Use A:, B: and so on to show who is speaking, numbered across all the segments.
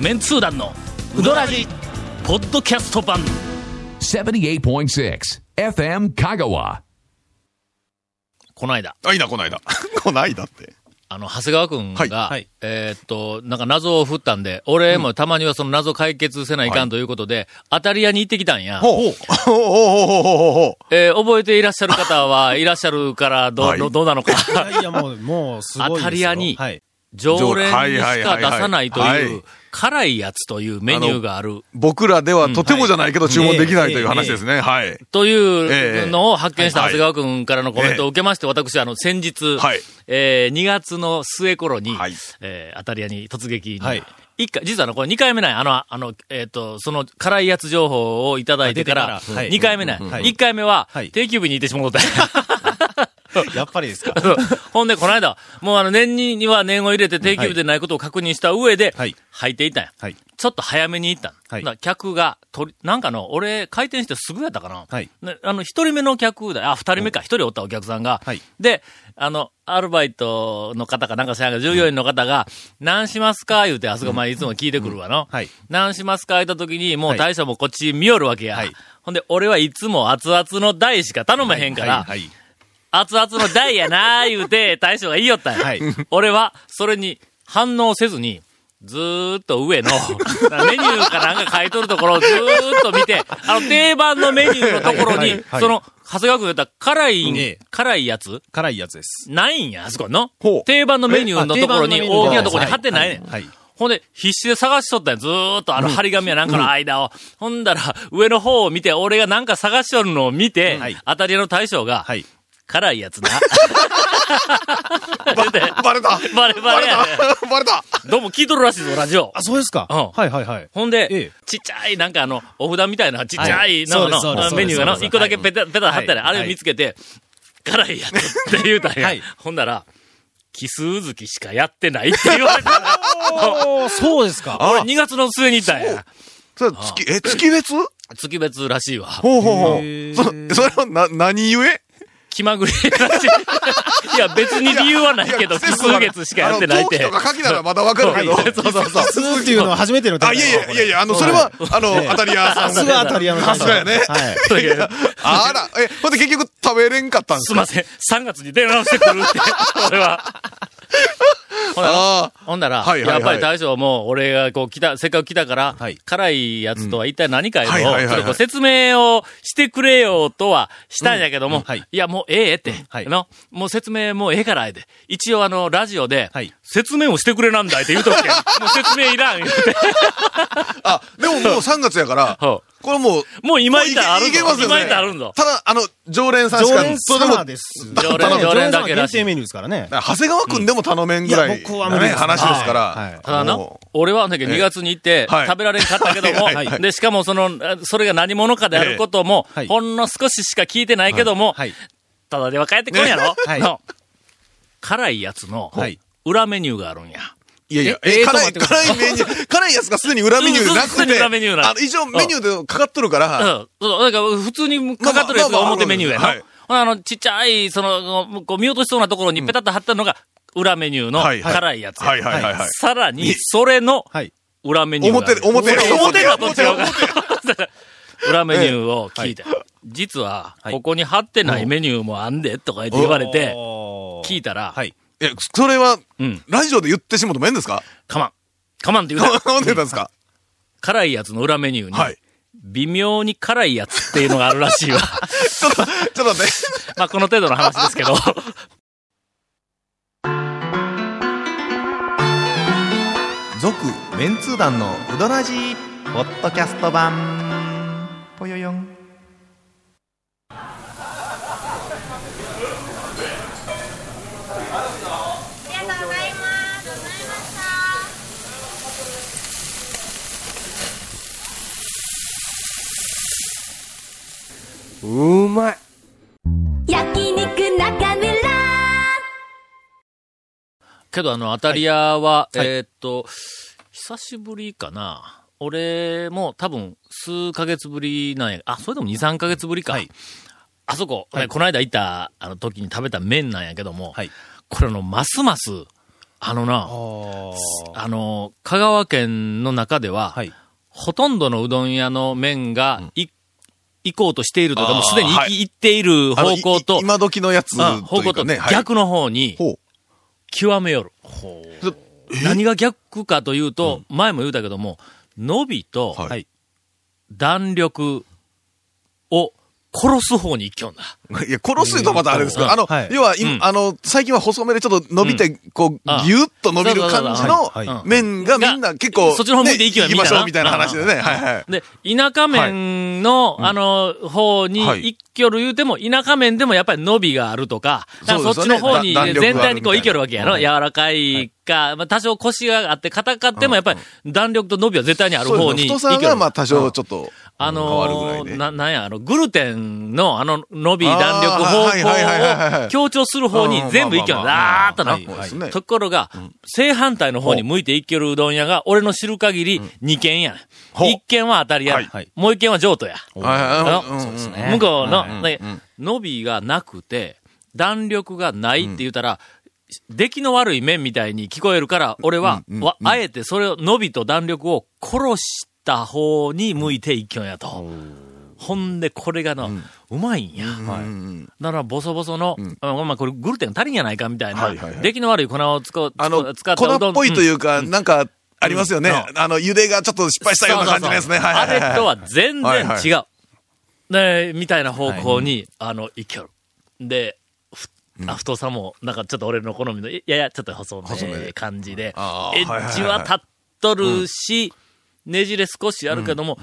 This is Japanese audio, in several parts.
A: メンツー団のウドラジポッドキャスト版
B: 78.6 FM Kagawa.
A: この間
C: あ、いいな、この間。 この間って。
A: あの長谷川君が、
C: はい
A: えーっとなんか謎を振ったんで俺もたまにはその謎解決せないかんということで、当たり屋に行ってきたんや、
C: ほう。ほうほうほうほうほうほ
A: えー覚えていらっしゃる方はいらっしゃるからどう,、
C: はい
A: どうな のか
D: いやいや、もう、もう、すごいですよ。
A: 当たり屋に
D: はい。
A: 常連にしか出さないと
C: はいはいはい
A: い
C: は
A: う
C: い
A: 辛いやつというメニューがある
C: う僕らではとてもじゃないけど注文できないという話ですね。はい。
A: とい
C: え
A: う
C: え
A: のを発見した長
C: はい
A: 谷川君からのコメントを受けまして、私、あの、先日、
C: はい
A: えー2月の末頃に、
C: はい
A: えー、当たり屋に突撃に、
D: はい
A: 一回、実はあの、これ2回目ない、あの、あの、えっ、と、その辛いやつ情報をいただいてから、
D: 出てからはい
A: 2回目ない、
D: んはい
A: 1回目は、
D: はい
A: 定休日にいてしまうた。
D: やっぱりですか。
A: そう ほんで、この間、もうあの、年には年を入れて定休日でないことを確認した上で、
D: はい
A: 履いていたんや。
D: はい。
A: ちょっと早めに行ったの。
D: はい
A: だから客が、とり、なんかの、俺、開店してすぐやったかな。
D: はい
A: ねあの、一人目の客だ、あ、二人目か、一人おったお客さんが。
D: はい
A: で、あの、アルバイトの方かなんか知らんけど、従業員の方が、何しますか言うて、あそこ前いつも聞いてくるわの。
D: はい
A: 何しますか言った時に、もう
D: はい
A: 大将もこっち見よるわけや。
D: はい
A: ほんで、俺はいつも熱々の台しか頼まへんから、
D: はい。はい
A: 熱々の台やな ー言うて、大将が言いよったんや。
D: はい
A: 俺は、それに反応せずに、ずーっと上の、メニューかなんか書いとるところをずーっと見て、あの、定番のメニューのところ
D: はいは
A: に
D: いは、い
A: その、長谷川君言ったら辛いん、
D: ええ
A: 辛いやつ
D: 辛いやつです。
A: ないんや、あそこの
C: ほう。
A: 定番のメニューのところに、
D: えあ定番のメニュー
A: 大きなところに貼ってないねん。
D: はいはい
A: ほんで、必死で探しとったんや。ずーっとあの張り紙やなんかの間を。ほんだら、上の方を見て、俺がなんか探しとるのを見て、
D: はい
A: 当たり屋の大将が、
D: はい。
A: 辛いやつな。出て
C: バレた
A: バレバ
C: バ
A: レ
C: レ
A: やね。
C: たバレた
A: どうも聞いとるらしいぞ、ラジオ
D: あ、。そうですか。
A: うん
D: はいはいはい。
A: ほん
D: え
A: で
D: え、
A: ちっちゃい、なんかあの、お札みたいな、ちっちゃい、
D: はい
A: なんか
D: そうですそうで
A: の、
D: す
A: メニューが
D: そう
A: な、
D: です
A: 一個だけペタ、ペタ貼ったら、
D: は
A: あ
D: い
A: れを見つけて、辛いやつって言うたんや
D: はい。
A: ほんなら、奇数月しかやってないって言われた。
D: おーそうですか。
A: 俺2月の末にいたんや。
C: それ月、え、月別ほう
A: 月別らしいわ。
C: ほうほ
D: へ
C: う。
D: ー
C: そ、それはな、何故
A: 気まぐれらしい。いや、別に理由はないけど、奇数月しかやってないって。
C: あの、陶器とか書きならまだわかるけど。
A: そうそうそうそう。
D: スーっていうのは初めての
C: あ、いやいや、いやいや、あの、それは、あの、当たり屋さん
D: さすが当たり屋の
C: さすがやね
D: はい。
C: あら、え、ほんで結局食べれんかったんです
A: す
C: か
A: いません、3月に電話をしてくるって、俺は。ほら
C: ああ。
A: ほんなら、
C: はいはいはい
A: やっぱり大将も、俺がこう来た、せっかく来たから、
D: はい
A: 辛いやつとは一体何かいうのを、
C: はいはいはいは
A: ち
C: い
A: ょっとこう説明をしてくれよとはしたんやけども、
D: うんうんはい
A: や、もうええって、
D: はい
A: の、もう説明もうええからええで、一応あの、ラジオで、
D: はい
A: 説明をしてくれなんだいって言うとっ けん。もう説明いらん言うて。
C: あ、でももう3月やから、
A: ほ
C: これもう、
A: もう今いたらある
C: いけ
A: ぞ。
C: ますよ
A: 今い
C: ね。
A: たらあるんぞ。
C: ただ、あの、常連さんし
D: 常
C: か、
D: 連
C: そうでも
D: 様です。
A: 常連常連だけらしい
D: 常連様限定メニューですからね。
C: 長谷川くんでも頼めんぐらい、
D: いや僕は無理です
C: ね話ですから。
D: はいはい
A: ただな
C: も、
A: 俺はね、2月に行って、
C: はい
A: 食べられんかったけども、
C: はいはいはい
A: で、しかもその、あそれが何者かであることも、
D: ええはい
A: ほんの少ししか聞いてないけども、
D: はい。
A: ただでは帰ってこんやろ、
D: はい
A: の辛いやつの
D: はい
A: 裏メニューがあるんや。
C: ういやいや、
D: え
C: え
D: えー
C: 辛い、
D: ちょっと待
C: 辛いメニュ ー、辛いやつがすでに裏メニューでな
A: うんすで
C: く
A: に
C: て、
A: 裏メニューなの
C: あの、一応メニューでかかっとるか
A: う
C: ら、
A: ん。そう、だから普通にかかってるやつが表メニューやな。
C: まあまあまあ
A: ほなあの、ちっちゃい、その、こう見落としそうなところにペタッと貼ったのが、裏メニューの
C: はいはい
A: 辛いやつや。
C: はいはいはいはい。
A: さらに、それの
D: はい。
A: 裏メニューがある。
C: 表表
A: 裏表だと違うか
C: 表
A: ら。 裏メニューを聞いて。実は、ここに貼ってないメニューもあんで、とか言って言われて、聞いたら、
D: はい。
C: いや、それは、
A: うん
C: ラジオで言ってしもうともええんですか
A: かまん。かまんって言う な。
C: なんでなんですか
A: 辛いやつの裏メニューに、
C: はい。
A: 微妙に辛いやつっていうのがあるらしいわ。
C: ちょっと、ちょっと待 って。
A: まあ、この程度の話ですけど。
E: 続メンツー団のウドラジポッドキャスト版ぽよよん
F: 焼肉中村
A: けど、あの、当たり屋は、えーっと、久しぶりかな。俺も多分、数ヶ月ぶりなんや。あ、それでも2、3ヶ月ぶりか。あそこ、ねこの間行ったあの時に食べた麺なんやけども、
D: はい
A: これあの、ますます、あのな、
D: あ
A: あの、香川県の中では、
D: はい
A: ほとんどのうどん屋の麺が、い、行こうとしているというか、
C: あー
A: もうすでに行き、
C: はい
A: 行っている
C: あ
A: 方
C: の
A: 向
C: い
A: と
C: い、今時のやつと
A: あ方
C: い
A: 向
C: うか
A: と
C: ね。はい
A: 逆の方に、
C: ほう。
A: 極めよる。
C: ちょ
A: 何が逆かというと、前も言うたけども、伸びと
C: はい
A: 弾力を殺す方に行きよんだ。
C: いや、殺すとまたあれですけ
A: う
C: ど、
A: ん
C: あの
D: はい、
C: 要は、い
A: うん
C: あの、最近は細めでちょっと伸びて、こう、ぎゅ
A: あ
C: ーっと伸びる感じの
D: はい
A: はい
C: 麺がみんな結
A: が
C: 構、
A: そっちの方向いていいけど
C: ね行きましょうみたいな話でね。はいはい。
A: で、田舎面の、あの、方に
C: はい
A: 一挙る言うても、田舎面でもやっぱり伸びがあるとか、なんかそ
C: そう
A: っ
C: で
A: ち
C: すよ
A: の
C: ね
A: 方に
C: だ弾力があ
A: 全
C: る
A: 体にこう
C: み
A: い
C: た
A: け
C: いな
A: るわけやろ柔らかいか、まあ多少腰があって硬かってもやっぱり弾力と伸びは絶対にある
C: そう
A: 方に
C: ですね
A: い
C: 太さ
A: ける
C: が、まあ、多少ちょっと、
A: あ
C: 変わるぐら
A: の
C: いで。
A: な、なんや、あの、グルテンのあの伸び
C: あー
A: 弾力
C: はいはいは
A: 方
C: いはいはい
A: 向
C: は
A: を
C: い
A: 強調する方に全部いける
C: うんんま
A: だーっ
C: あま
A: と
C: あま
A: な
C: あまあそうですね。
A: ところが、正反対の方に向いていけるうどん屋が、俺の知る限り2軒や。
C: ほう
A: 1軒は当たりや
C: はい
D: はい。
A: もう1軒は譲渡や。
C: はい
A: あ
C: はいうんうんうん
A: 向こう
C: うん
A: の、
C: うん
A: ね伸びがなくて、弾力がないって言ったら、出来の悪い麺みたいに聞こえるから、俺は、わあえてそれを伸びと弾力を殺した方に向いていきょんやと。ほんで、これがな、うまいんや。だから、ボソボソの、あまあ、これグルテン足りんやないかみたいな、
C: はいはいはい
A: 出来の悪い粉を使う
C: あの、
A: 使ったうど
C: 粉
A: ん
C: っぽいといううか、なんか、ありますよね。あの、茹でがちょっと失敗したような感じのやつね。
A: そうそう
C: はい
A: そう
C: はいはい。
A: あれとは全
C: はい
A: 然
C: は
A: 違う。ね、みたいな方向に、あの、行きょる。で、ふあ太さも、なんかちょっと俺の好みの、いやいや、ちょっと細め感じで、エ
C: あーはいはいはい
A: ッジは立っとるし、ねじれ少しあるけども、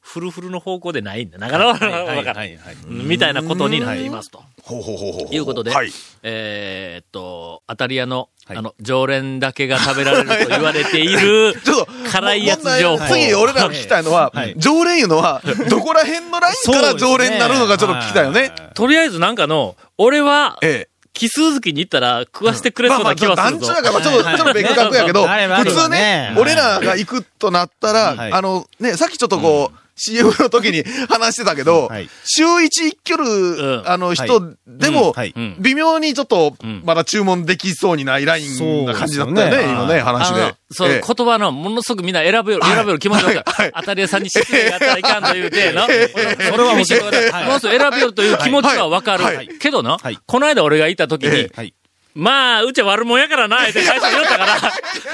A: フルフルの方向でないんだ。なかなか わからない。みたいなことになっていますと。
C: ほうほうほうほほ
A: いうことで、
C: はい。
A: えーっと、当たり屋の、あの、常連だけが食べられると言われている
C: ちょっと、
A: 辛いやつ情報。
C: 問題次、俺らが聞きたいのは、
D: はい
C: 常連いうのは、どこら辺のラインから常連になるのかちょっと聞きたいよね。
A: とりあえずなんかの、俺は、
C: ええ。
A: 奇数月に行ったら食わしてくれそう
C: まあ
A: な気は
C: まあ、
A: する
C: 団
A: ぞ。
C: 地だから、ちょっと、ちょっと別格やけど、
D: はいはい
C: 普通
D: は
C: ね、
D: い
C: 俺らが行くとなったら、
D: はい
C: あの、ね、さっきちょっとこう、CM の時に話してたけど、
D: はい
C: 週一一挙
A: うん、
C: る、あの、人でも
D: はいうん
C: 微妙にちょっと
A: ん、
C: まだ注文できそうにないラインな感じだったよ
D: そうで
C: ね、
D: すよね
C: 今ね、話
A: あの
C: で。
A: そう、
C: ええ
A: 言葉の、ものすごくみんな選べる、
C: はい
A: 選べる気持ちがわかる
C: はいはい
A: 当たり屋さんに失礼があったらいかんと言うて、な。
D: それは
A: 厳
D: も
A: しいことだものすごく選べるという気持ちはわか
C: はいはい
A: る。けどな
D: はい、
A: この間俺がいた時に
C: え、
D: はい。
A: まあ、うちは悪者やからな、って最初に言った から、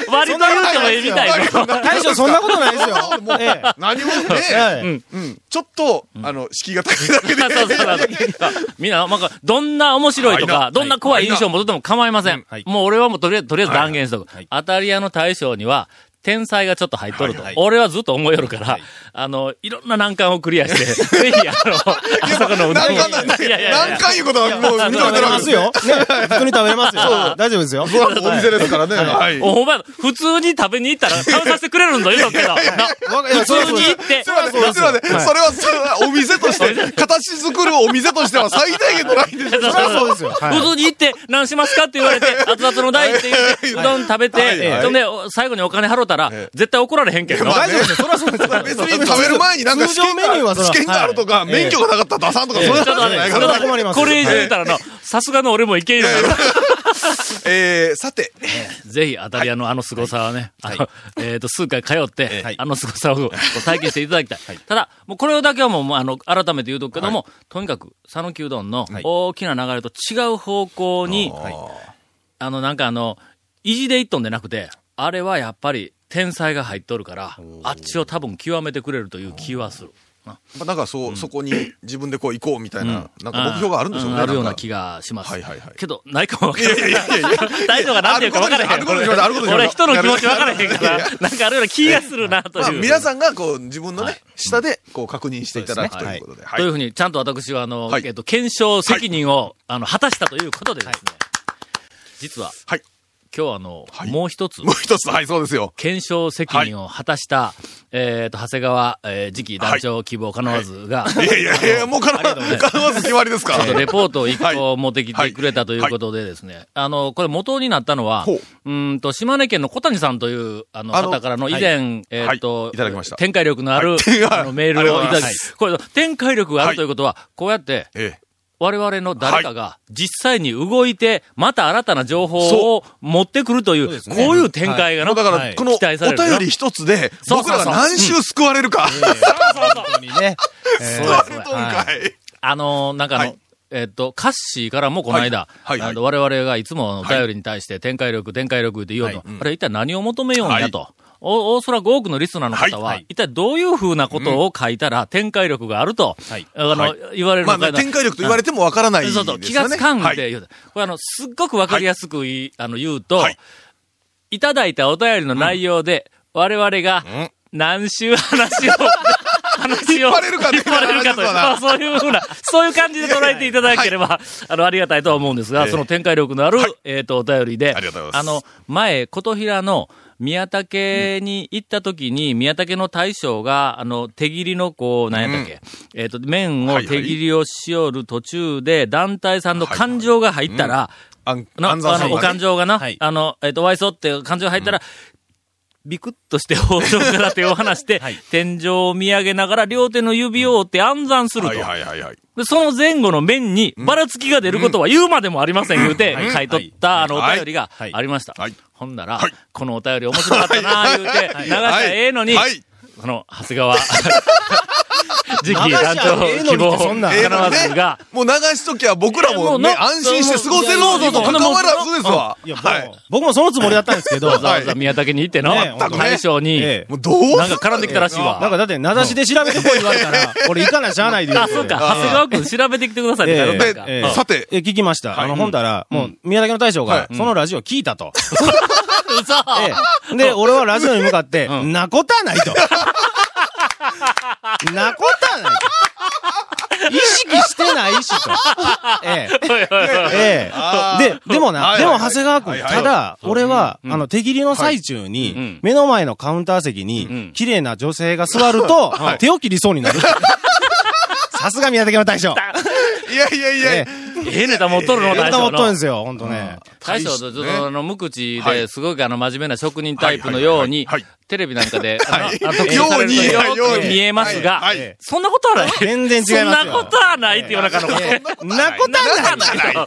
A: 割と言うてもええみたいな。
D: 大将、そんなことないですよ。ええ
C: 何 も
D: は
C: ね、
D: い
C: うんちょっと、あの、敷居が高いだけ で。
A: そうそうそう。みんな、なんか、どんな面白いと
C: は
A: か、
C: い
A: どんな怖い印象もとっても構いません
D: はい。
A: もう俺はもうとりあえず、とりあえず断言しとく
D: はい。
A: 当たり屋の大将には、天才がちょっと入っとると
D: はいは。い
A: 俺はずっと思いよるから、あの、いろんな難関をクリアして、 ぜひ、あの、あそこのうどんを
C: 何回なんだ
A: いやいやいや
C: 何回いうことはもう認め
D: 食べ
C: て
D: れ
C: るわ
D: ま
C: け
D: す
C: です
D: よ。ね。普通に食べれますよ。大丈夫ですよ。
C: そらお店ですからね。はい。
A: おお前、普通に食べに行ったら食べさせてくれるんだよ、言うとくけど。な普通に行って
C: すい、ません、すいません。それは、それはお店として、形作るお店としては最大限のラインでしょ。
A: そう
D: そうですよ。はい
A: 普通に行って、何しますかって言われて、熱々の大って言って、うどん食べ
C: はい
A: て、
C: はい
A: そんで、お最後にお金払ったら
C: ええ、
A: 絶対怒られへんけど。
C: まあ
D: 大
C: ね
D: 丈夫ですよ。それはそうですよ。
C: 別に食べる前になんか試験
D: 通常メニューは
C: が
D: そら
C: 試験があるとか、免許がなかったら出さんとか、
A: ち
C: そ
A: ょ
C: うい
A: っ
C: う
A: と
C: 話
A: 待
C: じゃ
A: って
C: ない
A: ちょ
C: か
A: っと
C: らね。
D: それは困ります
A: これ以上言ったらな、さすがの俺もいけんよな。
C: えー、さて、
A: ぜひ、当たり屋のあの凄さはね、あの、えっと、数回通って、あの凄さを体験していただきたい。ただ、もうこれだけはもう、もうあの、改めて言うとくけども、とにかく、讃岐うどんの大きな流れと違う方向に、あの、なんかあの、意地で一トンでなくて、あれはやっぱり、天才が入っとるから、あっちを多分極めてくれるという気はする。
C: なんかそう、そこに自分でこう行こうみたいな、なん
A: あ
C: か目標があるんでしょうね。
A: あるような
C: な
A: ん
C: か
A: 気がします。
C: はいはいはい
A: けど、ないかもわからない。
C: いやいやいやいや
A: 大将が何て言うか分からへん。
C: あることにしましょうあることにしましょう
A: 俺人の気持ち分からへんから、なんかあるような気がするな、と
C: まあ、
A: いう。
C: 皆さんがこう、自分のね、下でこう確認していただくということで。は
A: という
C: い。
A: ふうに、ちゃんと私は、あの、
C: はい
A: えっと、検証責任を、あの、果たしたということでですね、実は、
C: はい。
A: 今日あの、
C: はい
A: もう一つ、
C: もう一つ、はい、そうですよ。
A: 検証責任を果たした、えっと、長谷川、えー次期団長希望可能ずが、
C: いやいやいや、もうかな、かなわず決まりですか
A: ちょっとレポートを一
C: は
A: 個持ってきてくれたということでですね、あの、これ元になったのは、
C: ほう
A: うーんと、島根県の小谷さんという、あの、
C: あの
A: 方からの以前、えーっ
C: は
A: と
C: いいただきました
A: 展開力のある
C: はい、
A: あのメールをいただ
C: ありがとうございま
A: き、これ、展開力があるということは、こうやって、
C: ええ。
A: 我々の誰かが実際に動いて、また新たな情報を持ってくるという、
D: すね
A: こういう展開が
C: も
A: な、
C: うだか
A: は
C: ら、
A: い
C: このお
A: 期待されるな
C: 便り一つで、
A: そう
C: 僕
A: そうそう
C: らが何周救われるか。
D: 本当にね。え
C: 救
D: ー
C: われとんかい。
A: あのーなんかあの、
C: はい
A: えっと、カッシーからもこの間、
C: はいはいはい
A: あの我々がいつもお便りに対して展開力、展開力って言おうと、あれ一体何を求めようんやと。おおそらく多くのリスナーの方は、
C: はい
A: 一体どういうふうなことを書いたら展開力があると、あの、
C: はい
A: 言われる
C: ま
A: の
C: あね、
A: な
C: 展開力と言われてもわからないです
A: そ
C: よ
A: う
C: ね。
A: そう、気がつかん
C: は
A: っ
C: い
A: て言うと。これあの、すっごくわかりやすくい、あの、言うと、
C: はいい、
A: ただいたお便りの内容で、我々が、何週話を、 話を、
C: 引っ張れるかね
A: 引っ張れるかという、まあそういうふうな、そういう感じで捉えていただければ、あの、ありがたいとは思うんですが、
C: ええ
A: その展開力のある、えっ、と、お便りで、
C: ありがとうございま
A: の、
C: す
A: 前、琴平の、宮武に行った時に、宮武の大将が、あの、手切りの、こう、何やったっけ、えっ、と、麺を手切りをしよる途中で、団体さんの感情が入ったら、
C: あん、
A: な
C: 安山
A: あ
C: さん
A: の、お
C: が
A: 感
C: ね。
A: 情がな、
D: はい
A: あの、えっ、と、ワイソって感情が入ったら、ビクッとして包丁から手を離して、天井を見上げながら両手の指を折って暗算すると。
C: はいはいはいはい。
A: で、その前後の面にばらつきが出ることは言うまでもありません、言うて、書い取った、あの、お
C: はい
A: 便りが
D: はい
A: ありました。
C: はい
A: ほんなら、
C: はい
A: このお便り面白かったな、言うて、流したらええのに、
C: はいはい
A: その、長谷川、次期
D: 流し
A: 団
D: たらえ
A: 長
D: えのに
A: 希望、
D: そんなん
C: ええ
A: 金
C: の
A: 松
C: ね
A: が、
C: もう流しときゃ僕ら
A: いやもう
C: もね、
A: な
C: 安心して過ごせる
A: そう
C: の
A: そうそう
C: にも関わらずですわ。
D: いや、僕も
C: はい。
D: 僕もそのつもりだったんですけど、
A: わざわざ宮崎に行っての、
D: ね
C: え
A: 大将に、
D: ええ
C: もうどう
A: なんか絡んできたらしいわ。
D: なんかだって、名指しで調べてこい言われたら、俺行かなしゃあないで。
A: あ、そうか。長谷川くん調べてきてくださいってなるんだ
C: え
A: か
C: え
A: ら。
D: え
C: ええさて、
D: え、聞きました。
C: はい
D: あの、ほんだら、もう、宮崎の大将が
C: は、
D: そのラジオ聞いたと。
A: 嘘
D: ええで、俺はラジオに向かって、なことはないと。なことはないと。意識してないしと。ええ。
A: おいおいおい
D: え
C: あ
D: え。で、でも
C: は
D: な、
C: い
D: で
C: はい
D: も長谷川君、
C: はいはい
D: ただ、俺は、あの、手切りの最中
A: いうん
D: に、目の前のカウンター席
A: ん
D: に、綺麗な女性が座る と、手を切りそうになる。さすが宮崎の大 将。
C: いやいやい
D: え
C: や
D: え。。
A: ええネタ持っとるの、
D: ネ
A: 大
D: タ
A: 将
D: 持っとるんで
A: の。
D: すよ、ほんとね。
A: 大将、ちょ
C: 大
A: っ
C: 将ね
A: と、あの、無口
C: は
A: で、
C: い
A: すごくあの、真面目な職人タイプのように
C: はいはいはい、
A: テレビなんかで、あ
C: はい
A: の、あの特集されると
C: ように
A: よ
C: は
A: う
C: い
A: に見えますが
C: はい、
D: え
A: そんなことはない。
D: 全然違いま
A: そ
D: すよ
A: んなことはないって言わなかったのか。
D: ええなことはない。
A: うん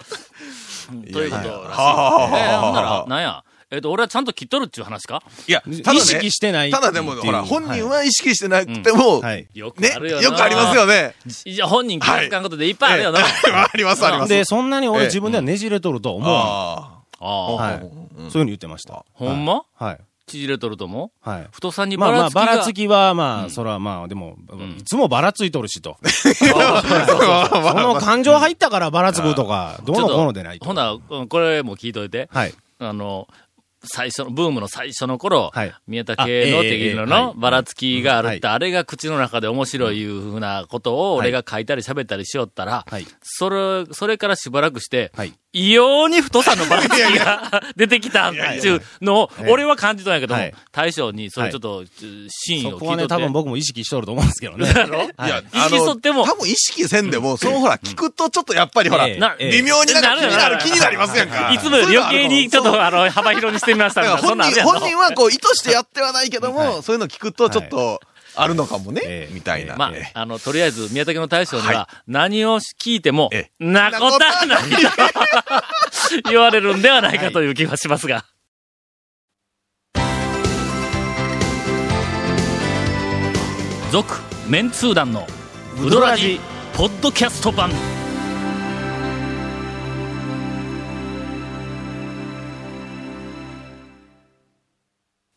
A: ということらしいですね。
C: はあはあはあ
A: ええほんな
C: は
A: ら
C: あ、
A: なんや。えっと、俺はちゃんと切っとるっちゅう話か
C: いや、
D: 意
C: ただね
D: 識してないってい
C: た
D: う。
C: だでも、ほら、本人
D: は
C: は意識してなくても、
D: は
C: ね、
D: い。
A: よくあるよな。
C: よくありますよね。
A: いや。本人気がつかんことでいっぱいあるよな。
C: ええ あります、あります。
D: で、そんなに
C: え
D: 俺
C: え
D: 自分ではねじれとるとは思うな
C: あ
A: ああ。
D: はい。そういうふうに言ってました。
A: ほんま
D: はい。
A: 縮れとるとも
D: はい。
A: 太さに
D: ま
A: ば
D: あま
A: らつきが。
D: あ、ばらつきは、まあ、それはまあ、でも、いつもばらついとるしと。 その感情入ったからばらつくとか、どう
A: ちょ
D: の
A: っと
D: こうのでない
A: ほ
D: と。
A: な、うんこれも聞いといて。
D: はい。
A: あの、最初の、ブームの最初の頃、
D: はい
A: 宮田
D: あえ
A: 系
D: え
A: の手切りの
D: ええは
A: の
D: い
A: ばらつきがあるって、
D: は
A: あれが口の中で面白いいうふうなことを俺が書いたり喋ったりしよったら、
D: はい
A: それ、それからしばらくして、
D: はい
A: 異様に太さのばらつきが 出てきたっていうのを、俺は感じたんやけども、
D: はい
A: 大将にそれちょっと、真意
D: そ
A: を聞
D: こはい
A: と
D: ね、
A: って。
D: 多分僕も意識しとると思うんですけどね。
A: だろ
C: あ。いや、
A: 意識しとっても
C: 多分意識せんでも、そのほら、聞くとちょっとやっぱり ほら、
D: ええ
A: な
C: 微妙になんか気にな
A: え
C: る、
A: え
C: 気になりますやんか。
A: いつもより余計にちょっとあの、幅広にしてみました
C: だ
A: みた
C: か
A: いな。そ
C: ら
A: ん
C: 本
A: なんある
C: 人、
A: やんの
C: 本人はこう、意図してやってはないけども、そういうの聞くとちょっと、あるのかもね
D: え、え
C: みたいな。
A: ま
C: ええ
A: あ、あの、とりあえず、宮崎の大将には
C: は、
A: 何を聞いても
C: え、
A: なことはないと 言われるんではないかという気はしますが。続、メンツー団の、ウドラジ、ポッドキャスト版。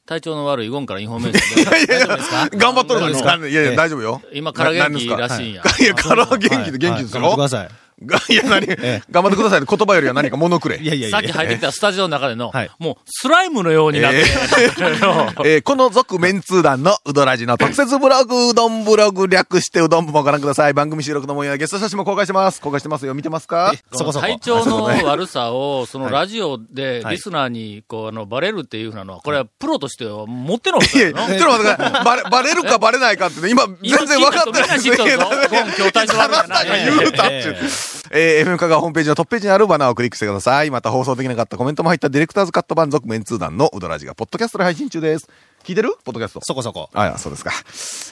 A: 体調の悪いゴンからインフォメーションで大丈夫です か
C: 頑張っとるのに
A: 大丈夫ですか
C: いやい
D: え
C: や、
D: え
C: 大丈夫よ。
A: 今、から元
C: な何です
A: 気
C: から
A: しいんや。
C: いや、から元気で元気です
D: はい
C: よ
D: 頑張ってく。ださい。
C: いや、何、頑張ってください。言葉よりは何か物くれ。
D: いやいやい
A: さ
D: や。
A: っき入ってきたスタジオの中での
D: はい、
A: もうスライムのようになってる、
C: えーこの続メンツー団のうどらじの特設ブログ、うどんブログ略してうどん部もご覧ください。番組収録の模様やゲスト写真も公開してます。公開してますよ。見てますか
D: そこそこ。
A: 体調の悪さを、そのラジオで
D: はい
A: リスナーに、こう、あの、バレるっていうふうなのは、これはプロとしては持ってのほ
C: いや
A: か
C: いや
A: の
C: ちょっと待ってください。バレ、バレるかバレないかってね、今、全然分かってない
A: 今聞いた人みんな知っとるぞ
C: いや
A: 今日体調悪いんやな
C: 話したんや言うたっていう。えー、FM 香川ホームページのトップページにあるバナーをクリックしてください。また放送できなかったコメントも入ったディレクターズカット版続メンツー団のうどらじがポッドキャストで配信中です。聞いてるポッドキャスト。
D: そこそこ。
C: ああ、そうですか。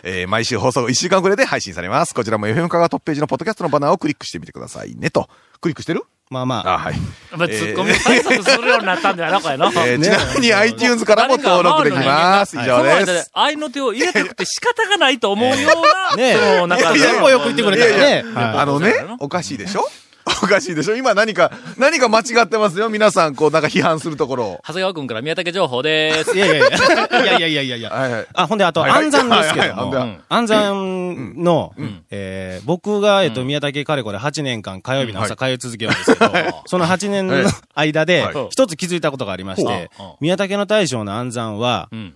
C: えー毎週放送1週間くらいで配信されます。こちらも FM カがトップページのポッドキャストのバナーをクリックしてみてくださいねと。クリックしてる
D: まあまあ。
C: あはい。
A: まあ、ツッコミ対策するようになったんだよな、これな。
C: えーちなみに iTunes からも登録できます。以
A: この
C: 上
A: 間
C: で。
A: です愛の手を入れたくて仕方がないと思うような、
D: ねえ
A: そのなんか
D: いやいやよく言ってくれ
C: い
D: た
C: やいや、
D: ね
C: あのね、おかしいでしょ おかしいでしょ今何か、何か間違ってますよ。皆さん、こう、なんか批判するところを。
A: 長谷川くんから宮武情報です。
D: いやいやいや。いやいやいやいやいや。
C: はいはい
D: あ、ほんで、あと、
C: はいはい
D: 暗算ですけども
C: はいはいはい、
D: 暗算の、えー僕が、えっと、宮武かれこれ8年間火曜日の朝通い続けるんですけど、その8年の
C: はい
D: 間で
C: はい、
D: 一つ気づいたことがありまして
A: ほう、
D: 宮武の大将の暗算は
A: ん、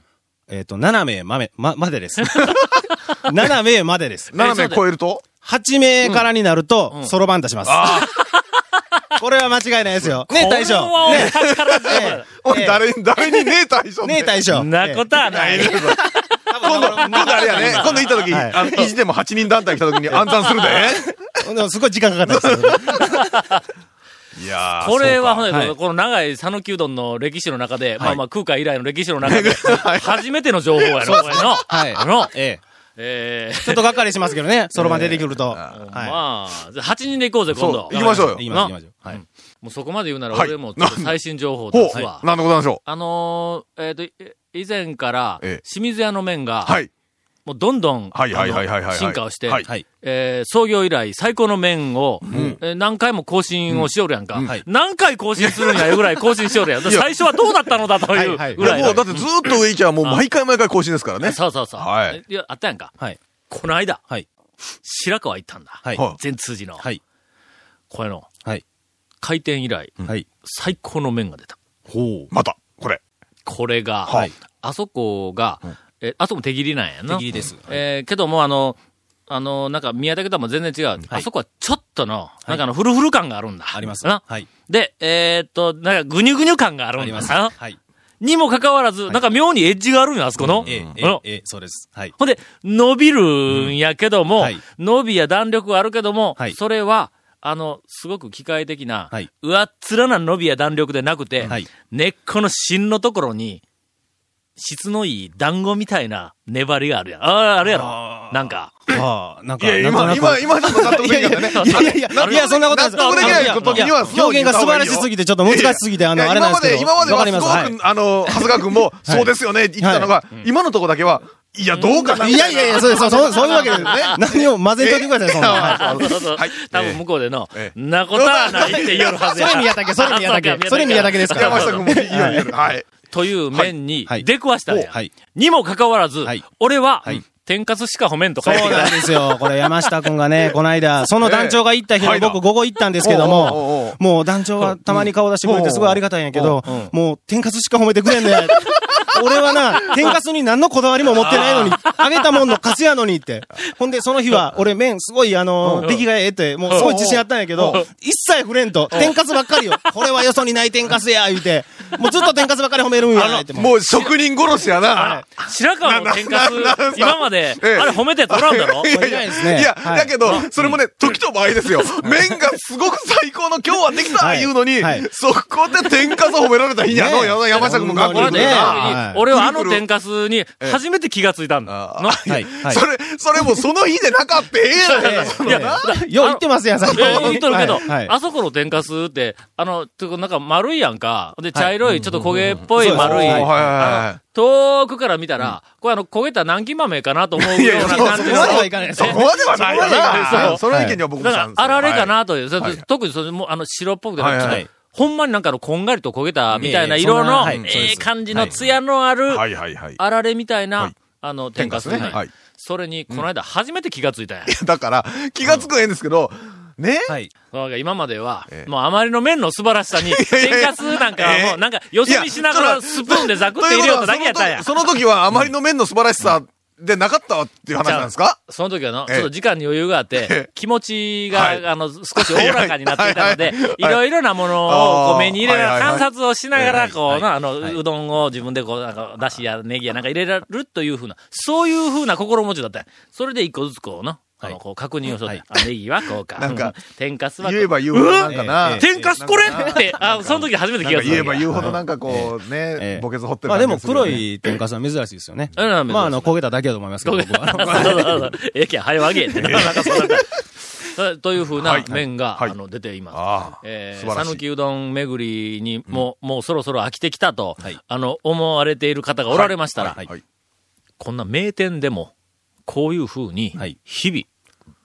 D: えっと、7名まめ、ま、までです。7名までです。
C: 斜め超えると
D: 8名からになると、そろばん出します。これは間違いないですよ。ね、大将。
A: これはお 宝じゃん
D: ね
C: おい、
D: ええ
C: 誰に、誰にねえ大将って
D: ねえ、大
A: そ
D: 将。
A: んなことはない。
C: 今度、今度あれやね。今度行った時、あの、いじでも8人団体来た時に暗算するで。
D: でもすごい時間かかったんですけど
C: いやー
A: これは、ほんで、
D: はい
A: この長い讃岐うどんの歴史の中で、
D: い
A: まあまあ空海以来の歴史の 中で、初めての情報やろ、これの。
D: はい
A: あの、
D: ええ。
A: えー
D: ちょっとがっかりしますけ どね、そろばん出てくると。は
A: まあ、じゃあ8人で行こうぜ、今度
C: そう。行きましょうよ
D: い。いきます、いきましょう。はい。
A: もうそこまで言うなら、
C: はい
A: 俺もちょっと最新情報
C: ほ
A: で
C: う
A: すわ。、
C: なんでございましょ
A: あのー、えっ、と、い以前から
C: ええ、
A: 清水屋の麺が
C: う。、はい。
A: もうどんどん、
C: はいはいはいはいはい
A: あの進化をして、
C: はい
D: はい。
A: えー創業以来最高の麺を、えー何回も更新をしよるやんか。
D: んはい
A: 何回更新するんやいうぐらい更新しよるや ん。最初はどうだったのだというぐら
D: はいい
A: の。
D: はい
C: もう、だってずーっと上行きゃ、もう毎回毎回更新ですからね。
A: そうそうそう。
C: はい
A: いや、あったやんか。
D: はい。
A: この間、
D: はい。
A: 白川行ったんだ。
D: はい。
C: は
A: 全通じの。
D: はい。
A: これの、
D: はい。
A: 開店以来、
D: はい。
A: 最高の麺が出た。
D: ほう。
C: また、これ。
A: これが、
D: はい
A: あそこが、え、あそこも手切りなんやな。
D: 手切りです
A: えーけども、あの、あの、なんか宮武とはもう全然違う。あそこはちょっとの、なんかあの、フルフル感があるんだ。
D: あります。
A: な。
D: はい。
A: で、えーっと、なんか、ぐにゅぐにゅ感があるん
D: あ
A: だ
D: り
A: よ
D: ます。
A: な
D: はい。
A: にもかかわらず、なんか妙にエッジがあるんよ、あそこの。
D: ええ、え
A: あの
D: え、ええ、そうです。はい。
A: ほんで、伸びるんやけども、
D: うんはい
A: 伸びや弾力はあるけども、
D: はい
A: それは、あの、すごく機械的な、
D: はい
A: 上っ面な伸びや弾力でなくて、
D: はい
A: 根っこの芯のところに、質のいい団子みたいな粘りがあるやん。ああ、あるやろ
D: あ。ー
A: なんか。
D: ああ、なん
C: い
D: か、
C: や、今、今、今ちょっと納得
D: い
C: で
D: や
C: き
D: い
C: な
D: や
C: かったね
D: い。やいやいや、いや、そんなことないです。
C: 納得できない時には
D: あの表現が素晴らしすぎて、ちょっと難しすぎて、あの、あれなんですけど。
C: 今まで
D: わ
C: は
D: かります。は
C: すご
D: い
C: く、あの、長谷川くんも、そうですよね、言ってたのが、今のとこだけは、いや、どうかな。
D: いやいやいや、そうです。そうそういうわけ ですね。何を混ぜといてください、そんな。はい
A: そうそうそう
C: はい
A: 多分向こうでの、
C: ええ
A: んなことはないって言うはず
D: そ
A: や。
D: れ宮武、そ れ宮武。それ宮武ですから。
C: 山下くんもいいよ、いいよはい。
A: という面に
D: はいはい
A: 出くわしたんや。
D: はい
A: にもかかわらず、
D: はい
A: 俺は、
D: い
A: 天かすしか褒めんと
D: そ
A: か
D: う
A: 言ってきた
D: なんですよ。 これ山下くんがね、この間、その団長が行った日
C: ええ
D: に僕午後行ったんですけど
C: おうおうおうお
D: も、もう団長はたまに顔出してくれてすごいありがたいんやけど、もう天かすしか褒めてくれんね。俺はな、天かすに何のこだわりも持ってないのに、揚げたもんのかすやのにって。ほんで、その日は、俺麺すごい、あの、出来がええって、もうすごい自信あったんやけど、一切触れんと、天かすばっかりよ。これはよそにない天かすや、言うて。もうずっと天かすばっかり褒めるんや、言うて。
C: もう職人殺しやな。
A: 白川の天か
C: なななな
A: す、今まで、あ
C: ええ
A: れ褒めて取らんだろ
C: いやい
D: 間違いないです
C: や、
D: ね
C: いや
D: はい
C: だけど、それもね、時と場合ですよ。麺がすごく最高の今日はできた
D: はい
C: いうのに
D: はい、
C: そこで天かす褒められた日やの、
D: ね
C: や山下くんも学
A: 俺は
C: 校
D: そう
C: で
D: ね
A: ね
D: はい
A: 俺はあの天かすに初めて気がついたんだ
C: あ。
A: の
D: はい。はい。
C: それ、それもその日でなかったええや
D: え
C: ん
D: え
C: その
A: いや、だ
D: よう言ってますやん、最
A: いや、言っとるけど、
D: はいはい
A: あそこの天かすって、あの、てかなんか丸いやんか。で、茶色い、ちょっと焦げっぽい
D: うんうんうん
A: 丸い。
D: そうです
C: はいはいはいはい
A: あの遠くから見たら、これあの、焦げた南京豆かなと思うような感じ
D: そこまではいかないです
C: そこまではないよ
A: そう
C: な。その意見には僕も
A: だから、あられか
C: は
A: なという、それ
C: はい
A: 特にそれもあの白っぽくて、
C: はいはい
A: ちょっとほんまになんかあのこんがりと焦げたみたいな
D: ええ
A: 色
D: そんな
A: の、
D: はい
A: え
D: そうです
A: え感じの艶のあ
C: い
A: る、
C: はいはいはい。
A: あられみたいな、
C: はい
A: あの、天かすね。
C: 天かすねはい
A: それに、この間初めて気がついたんや。
C: だから、気がつくのはええんですけど、ね
D: はい。
A: なんか今までは、
C: ええ
A: もうあまりの麺の素晴らしさに、
C: やいや
A: 天かすなんかはもう、なんか、よそ見しなが
C: いや
A: らスプーンでザクって入れようとだけやったんや。
C: その時はあまりの麺の素晴らしさでなかったわっていう話なんですか
A: その時はの、ち
C: ええ
A: ょっと時間に余裕があっ
C: え
A: て
C: え、
A: 気持ち
C: はい
A: が、あの、少しおおらかになっていたので
C: はいはいはい、
A: いろいろなものをこう目に入れながら
C: あーはいはいはい
A: 観察をしながら、こ
D: は
A: う
D: いは
A: な、あの、うどんを自分でこう、なんか、だしやネギやなんか入れられるというふうな、そういうふうな心持ちだったんやそれで一個ずつこうな、あの、こう確認をしとって、あ、ネギはこうか。
C: なんか、
A: 天かすはこう
C: 言えば言うほどなんかな。
A: 天かすこれって、あ、その時初めて
C: なん
A: 気が
C: か
A: ついた。
C: 言えば言うほどなんかこうね
D: え、
C: 墓穴掘ってる
D: まあ
C: 感
D: で
C: じ
D: も
C: がするよ
D: 黒
C: ね。
D: い天かすは珍しいですよね。
A: うんうん
D: まああの、焦げただけだと思いますけど、僕は。
A: そうそう そうええけん、早上げってな。なんかそんな感じ というふうな面が、
C: はい
A: あの出ています。
C: ああ。
A: え
C: 素
A: ー、
C: 晴
A: さ
C: らしい
A: ぬきうどん巡りにも、もうそろそろ飽きてきたと、あの、思われている方がおられましたら、
C: はいはい
A: こんな名店でも、こういうふうに
D: はい、
A: 日々、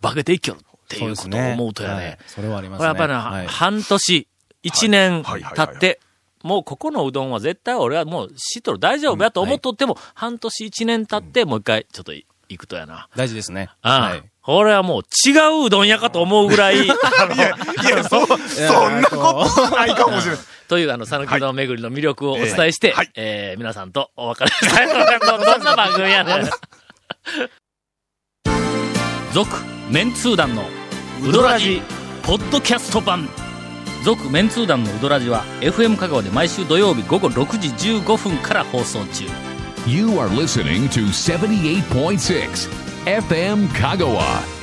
A: 化けていきよるって
D: そ
A: いうう
D: で
A: こ
D: す
A: とを思うとやね、
D: はいそれはあります
A: こ
D: ね。
A: れやっぱりな、
D: はい
A: 半年、一年
C: はいはい
A: 経って、もうここのうどんは絶対俺はもう知っとる、大丈夫やと思っとっても、半年一年経って、もう一回ちょっとい行くとやな。
D: 大事ですね。
A: ああ、
D: はい。
A: これはもう違ううどんやかと思うぐらい、
C: いや、 そ、そんなことはないかもしれない。
A: というあの、讃岐うどん巡りの魅力をお伝えして、
C: はい
A: えー皆さんとお別れしたいと思います。どんな番組やねん。続、メンツー団のウドラジ、ポッドキャスト版。続、メンツー団のウドラジは、FM 香川で毎週土曜日午後6時15分から放送中。
B: You are listening to 78.6 FM Kagawa.